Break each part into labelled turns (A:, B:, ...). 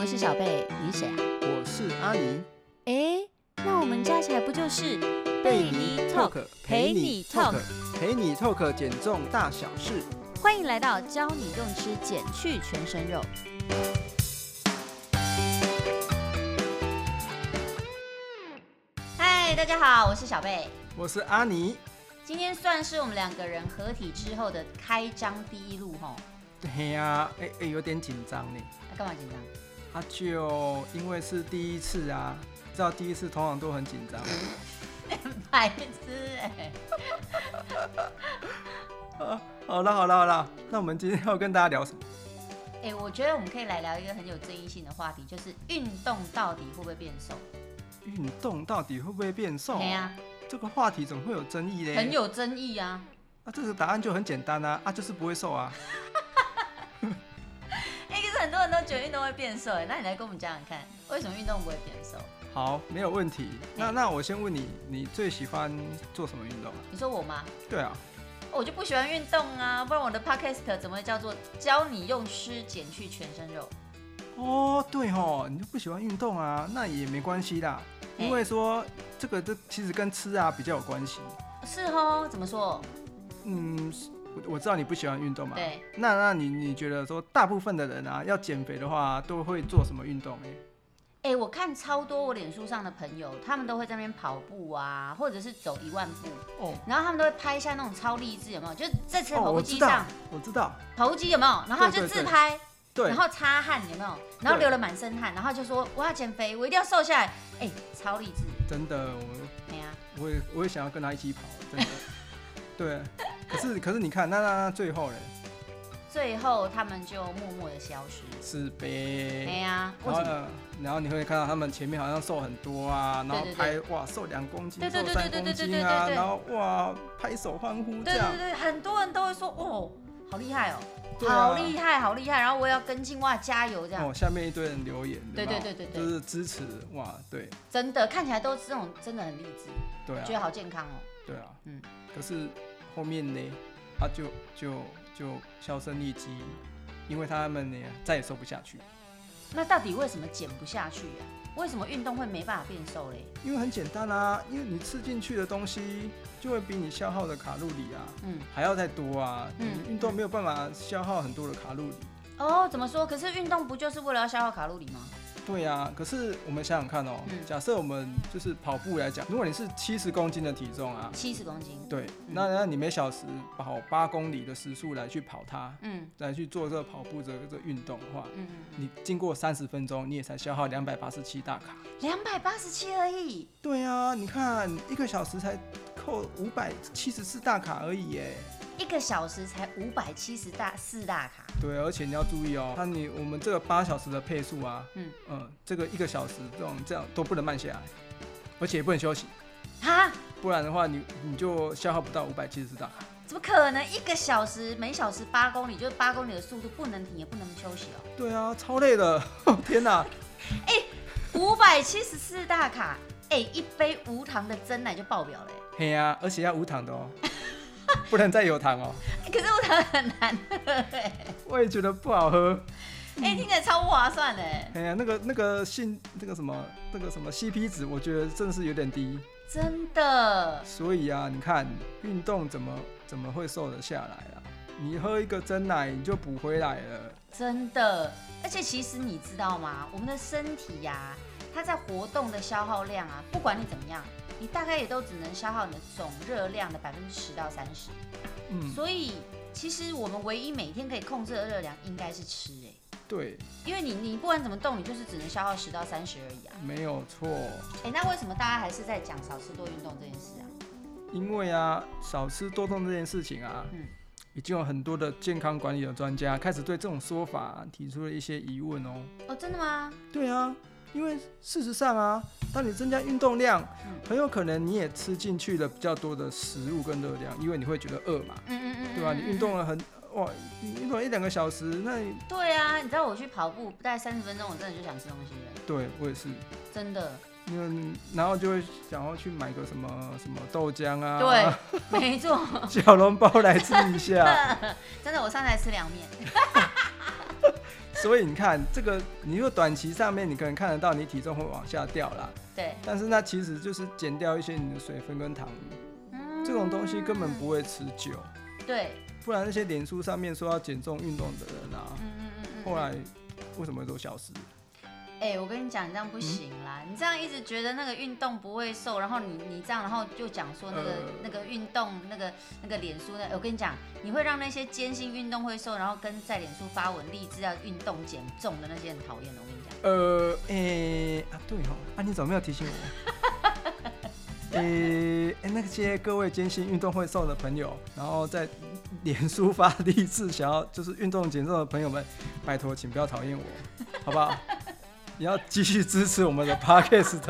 A: 我是小贝，你谁啊？
B: 我是阿尼，
A: 诶，哎那我们加起来不就是陪你 talk，
B: 陪你 talk 减重大小事。
A: 欢迎来到教你用吃减去全身肉。嗨，大家好，我是小贝。
B: 我是阿尼，
A: 今天算是我们两个人合体之后的开张第一路吼，
B: 嘿呀、啊，哎、哎、有点紧张呢。
A: 啊干嘛紧张？
B: 啊，就因为是第一次啊，知道第一次通常都很紧张。
A: 白痴哎、
B: 啊好了好了好了，那我们今天要跟大家聊什么？
A: 哎、我觉得我们可以来聊一个很有争议性的话题，就是运动到底会不会变瘦？
B: 运动到底会不会变瘦？啊
A: 哎呀、
B: 这个话题总会有争议嘞。
A: 很。有争议啊。
B: 啊，这个答案就很简单啊，啊就是不会瘦啊。
A: 哎、可是很多人都觉得运动会变瘦哎，那你来跟我们讲讲看，为什么运动不会变瘦？
B: 好，没有问题。那那我先问你，你最喜欢做什么运动？啊
A: 你说我吗？哦
B: 对啊，
A: 我就不喜欢运动啊，不然我的 podcast 怎么会叫做教你用吃减去全身肉？
B: 哦，对吼，你就不喜欢运动啊，那也没关系啦，
A: 嘿
B: 因为说这个这其实跟吃啊比较有关系。
A: 是哦，怎么说？
B: 嗯，我我知道你不喜欢运动嘛，
A: 对，
B: 那那你你觉得说大部分的人啊要减肥的话都会做什么运动、欸？
A: 哎、我看超多我脸书上的朋友，他们都会在那边跑步啊，或者是走一万步，
B: 哦，
A: 然后他们都会拍下那种超励志，有没有？就是这次
B: 哦，
A: 跑步
B: 我
A: 机
B: 知
A: 上，
B: 道，我知道，
A: 跑步机有没有？然后他就
B: 对对
A: 自
B: 对
A: 拍，
B: 对
A: 然，后擦汗有没有？然后流了满身汗，然后就说我要减肥，我一定要瘦下来。哎、超励志，
B: 真的，我
A: 哎呀、
B: 我也我也想要跟他一起跑， 真的，对。可是可是你看，那那那最后嘞，
A: 最后他们就默默的消失。
B: 是
A: 哎
B: 呗。
A: 呀、为
B: 然后
A: 什么？
B: 呢，然后你会看到他们前面好像瘦很多啊，然后
A: 对对
B: 拍哇瘦两公斤，
A: 对对
B: 瘦
A: 对
B: 三
A: 对对
B: 公
A: 对对
B: 斤
A: 对
B: 啊，
A: 对对
B: 然后哇拍手欢呼
A: 对
B: 这样
A: 对，对，很多人都会说哦，好厉害哦，
B: 对啊
A: 好厉害，好厉害。然后我也要跟进，哇，加油这样。
B: 哦下面一堆人留言，
A: 对
B: 有没
A: 对
B: 有
A: 对对对
B: 就是支持哇，对
A: 真的看起来都是这种，真的很励志，
B: 对啊
A: 觉，得好健康哦。
B: 对啊，
A: 嗯
B: 嗯，可是后面呢，他就就就销声匿迹，因为他们呢再也瘦不下去，
A: 那到底为什么减不下去呀、为什么运动会没办法变瘦嘞？
B: 因为很简单啊，因为你吃进去的东西就会比你消耗的卡路里啊
A: 嗯，
B: 还要再多啊，
A: 嗯
B: 嗯，运动没有办法消耗很多的卡路里，
A: 哦，怎么说？可是运动不就是为了要消耗卡路里吗？
B: 对啊，可是我们想想看哦，
A: 嗯
B: 假设我们就是跑步来讲，如果你是七十公斤的体重啊，
A: 七十公斤，
B: 对，
A: 嗯
B: 那那你每小时跑八公里的时速来去跑它，
A: 嗯
B: 来去做这个跑步这个这个运动的话，
A: 嗯嗯嗯，
B: 你经过三十分钟，你也才消耗两百八十七大卡。
A: 两百八十七而已，
B: 对啊，你看一个小时才扣五百七十四大卡而已耶。
A: 一个小时才五百七十大四大卡，
B: 对，而且你要注意哦，那你我们这个八小时的配速啊，
A: 嗯
B: 嗯嗯，这个一个小时这种这样都不能慢下来，而且也不能休息，
A: 哈？
B: 不然的话你你就消耗不到五百七十四大卡。
A: 怎么可能？一个小时每小时八公里，就是八公里的速度，不能停也不能休息哦。哎
B: 对啊，超累的， 天哪！
A: 五百七十四大卡，哎、一杯无糖的真奶就爆表了、哎
B: 嘿呀、而且要无糖的哦，不能再有糖哦。
A: 哎可是无糖很难喝、哎
B: 我也觉得不好喝。
A: 哎、听起来超不划算的、哎
B: 哎呀，那个那个性那个什么那个什么 CP 值，我觉得真的是有点低。
A: 真的。
B: 所以啊，你看运动怎么怎么会瘦得下来啊？你喝一个真奶你就补回来了。
A: 真的，而且其实你知道吗？我们的身体呀、它在活动的消耗量啊，不管你怎么样，你大概也都只能消耗你的总热量的百分之十到三十。
B: 嗯，
A: 所以，其实我们唯一每天可以控制的热量应该是吃、欸，
B: 对，
A: 因为你你不管怎么动，你就是只能消耗十到三十而已啊。
B: 没有错。
A: 哎、那为什么大家还是在讲少吃多运动这件事啊？
B: 因为啊，少吃多动这件事情啊，
A: 嗯
B: 已经有很多的健康管理的专家开始对这种说法、提出了一些疑问哦。
A: 哦，真的吗？
B: 对啊，因为事实上啊，当你增加运动量
A: 嗯，
B: 很有可能你也吃进去了比较多的食物跟热量，因为你会觉得饿嘛，
A: 嗯嗯嗯，
B: 对吧、
A: 嗯
B: 你
A: 嗯
B: 运。
A: 嗯
B: 动了很哇，你运动了一两个小时，那你
A: 对啊，你知道我去跑步，大概三十分钟，我真的就想吃东西了，
B: 对我也是，
A: 真的。
B: 嗯，然后就会想要去买个什么什么豆浆
A: 对
B: 啊，，
A: 没错。
B: 对，小笼包来吃一下，
A: 真的，我上次还吃凉面，
B: 所以你看这个，你说短期上面你可能看得到你体重会往下掉啦，
A: 对，
B: 但是那其实就是减掉一些你的水分跟糖分，这种东西根本不会持久。
A: 嗯对，
B: 不然那些脸书上面说要减重运动的人啊
A: 嗯，嗯嗯嗯。
B: 后来为什么都消失？
A: 哎、我跟你讲，你这样不行啦！你这样一直觉得那个运动不会瘦，然后你你这样，然后就讲说那个、
B: 呃
A: 那个运动那个那个脸书呢？我跟你讲，你会让那些坚信运动会瘦，然后跟在脸书发文励志要运动减重的那些人讨厌的。我跟你讲，
B: 呃，诶、啊，对哦，啊，你怎么没有提醒我？ 诶、诶、那些各位坚信运动会瘦的朋友，然后在脸书发励志想要就是运动减重的朋友们，拜托请不要讨厌我，好不好？ 你要继续支持我们的 podcast，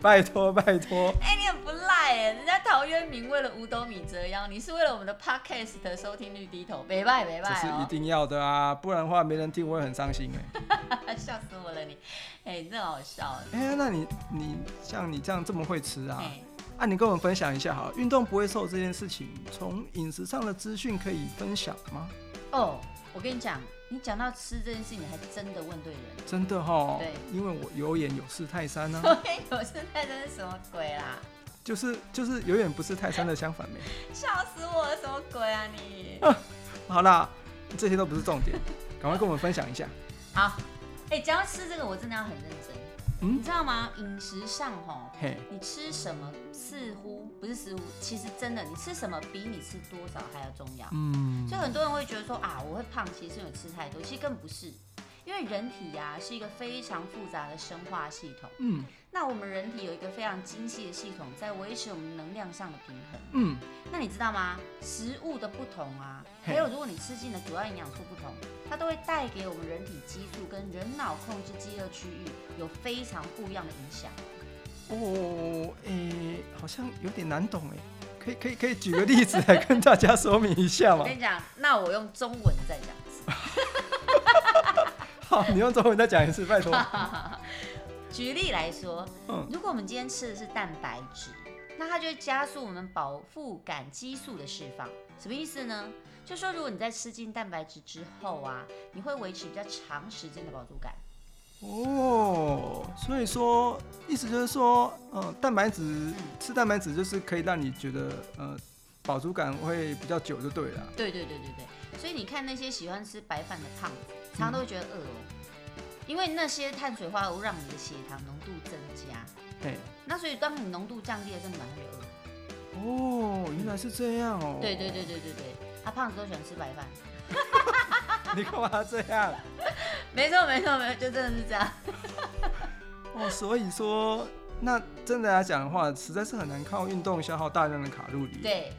B: 拜托拜托。
A: 哎、你很不赖哎！人家陶渊明为了五斗米折腰，你是为了我们的 podcast 的收听率低头，北拜北
B: 这
A: 拜
B: 是一
A: 哦！
B: 定要的啊，不然的话没人听我会很伤心哎、
A: 哦 笑死我了你！哎、你真的好笑
B: 哎、那你你像你这样这么会吃啊？
A: 哎、
B: 啊，你跟我们分享一下好了，运动不会瘦这件事情，从饮食上的资讯可以分享吗？
A: 哦，我跟你讲，你讲到吃这件事，你还真的问对人。
B: 真的哈，
A: 对
B: 因为我有眼有是泰山呢、
A: 昨天有生态真是什么鬼啊啦？
B: 就是就是有眼不是泰山的相反呗。
A: 笑死我了，什么鬼啊你？
B: 好啦，这些都不是重点，赶快跟我们分享一下。
A: 好，哎、讲到吃这个，我真的要很认真。
B: 嗯
A: 你知道吗？饮食上吼，
B: 嘿，
A: 你吃什么似乎不是似乎，其实真的你吃什么比你吃多少还要重要。
B: 嗯
A: 所以很多人会觉得说啊，我会胖，其实是因为吃太多，其实根本不是。因为人体呀、是一个非常复杂的生化系统，
B: 嗯
A: 那我们人体有一个非常精细的系统，在维持我们能量上的平衡。
B: 嗯，
A: 那你知道吗？食物的不同啊，
B: 嘿
A: 还有如果你吃进的主要营养素不同，它都会带给我们人体激素跟人脑控制饥饿区域有非常不一样的影响。
B: 哦，诶、好像有点难懂哎，可以可以可以举个例子来跟大家说明一 下
A: 我
B: 嘛
A: 跟。你讲，那我用中文再讲一次。
B: 好，你用中文再讲一次，拜托。
A: 举例来说，
B: 嗯
A: 如果我们今天吃的是蛋白质，那它就会加速我们饱腹感激素的释放。什么意思呢？就说如果你在吃进蛋白质之后啊，你会维持比较长时间的饱足感。
B: 哦，所以说，意思就是说，呃，蛋白质
A: 嗯
B: 吃蛋白质就是可以让你觉得呃饱足感会比较久就对了。
A: 对对对对对，所以你看那些喜欢吃白饭的胖子，常常都会觉得饿哦，因为那些碳水化合物让你的血糖浓度增加，
B: 对，
A: 那所以当你浓度降低的时候，你马上就饿。
B: 哦，原来是这样哦。
A: 对对对，对对对，啊，胖子都喜欢吃白饭，
B: 你干嘛这样？
A: 没错没错没错，就真的是这样。
B: 哦，所以说，那真的来讲的话，实在是很难靠运动消耗大量的卡路里。，
A: 对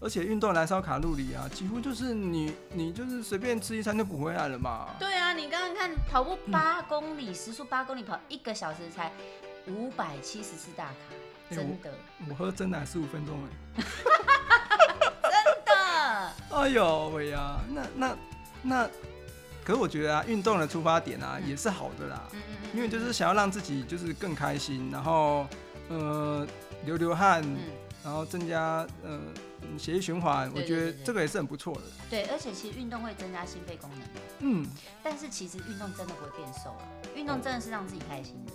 B: 而且运动燃烧卡路里啊，几乎就是你你就是随便吃一餐就补回来了嘛。
A: 对啊，你刚刚看跑步
B: 嗯
A: 八公里，时速八公里跑一个小时才五百七十四大卡，
B: 哎
A: 真的
B: 我喝真奶十五分钟哎。
A: 真的，
B: 哎呦喂呀、那那那，可是我觉得啊，运动的出发点啊、
A: 嗯
B: 也是好的啦，
A: 嗯嗯嗯，
B: 因为就是想要让自己就是更开心，然后呃流流汗，
A: 嗯。
B: 然后增加呃嗯血液循环，
A: 对
B: 我觉
A: 对
B: 得
A: 对对
B: 这个也是很不错的。
A: 对，而且其实运动会增加心肺功能。
B: 嗯，
A: 但是其实运动真的不会变瘦啊，运动真的是让自己开心的，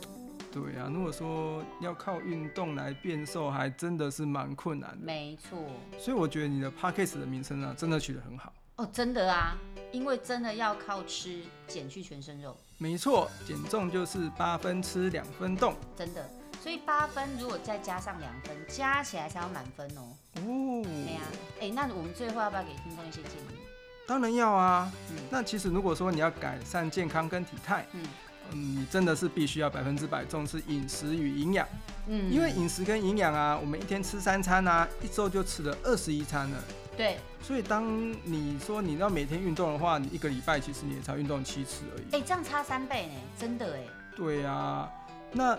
B: 对啊，如果说要靠运动来变瘦，还真的是蛮困难的。
A: 没错。
B: 所以我觉得你的 p a c k a g e 的名称啊，真的取得很好。
A: 哦，真的啊，因为真的要靠吃减去全身肉，
B: 没错，减重就是八分吃两分动。
A: 真的。所以八分如果再加上两分，加起来才要满分哦。
B: 哦，
A: 对呀、哎、那我们最后要不要给听众一些建议？
B: 当然要啊。
A: 嗯
B: 那其实如果说你要改善健康跟体态，
A: 嗯
B: 嗯，你真的是必须要百分之百重视饮食与营养，
A: 嗯
B: 因为饮食跟营养啊，我们一天吃三餐啊，一周就吃了二十一餐了。
A: 对，
B: 所以当你说你要每天运动的话，你一个礼拜其实你也才运动七次而已。
A: 哎、这样差三倍呢，真的哎。
B: 对啊，那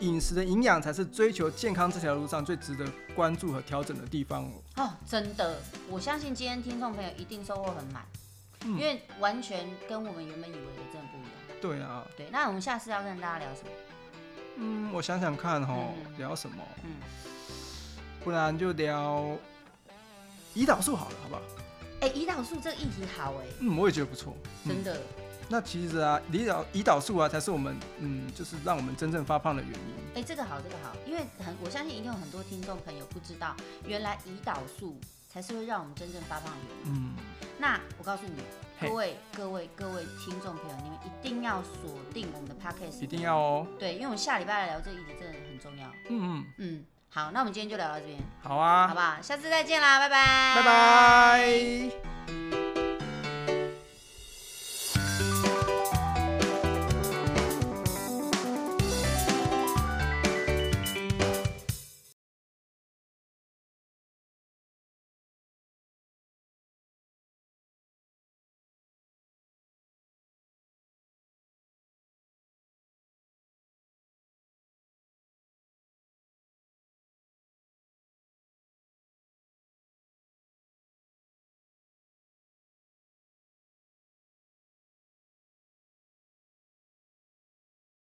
B: 饮食的营养才是追求健康这条路上最值得关注和调整的地方哦。
A: 哦，真的，我相信今天听众朋友一定收获很满，
B: 嗯
A: 因为完全跟我们原本以为的真的不一样。
B: 对啊，
A: 对，那我们下次要跟大家聊什么？
B: 嗯，我想想看哦，
A: 嗯
B: 聊什么？
A: 嗯。
B: 不然就聊胰岛素好了，好不好？
A: 哎、胰岛素这个议题好哎、
B: 嗯，我也觉得不错。嗯
A: 真的。
B: 那其实啊，胰岛胰岛素啊，才是我们嗯，就是让我们真正发胖的原因。
A: 哎，这个好，这个好，因为很我相信一定有很多听众朋友不知道，原来胰岛素才是会让我们真正发胖的原因。
B: 嗯，
A: 那我告诉你，
B: 嘿
A: 各位各位各位听众朋友，你们一定要锁定我们的 podcast，
B: 一定要哦。
A: 对，因为我们下礼拜来聊这个议题真的很重要。
B: 嗯，嗯
A: 嗯，好，那我们今天就聊到这边，
B: 好啊，
A: 好不好？下次再见啦，拜拜，
B: 拜拜。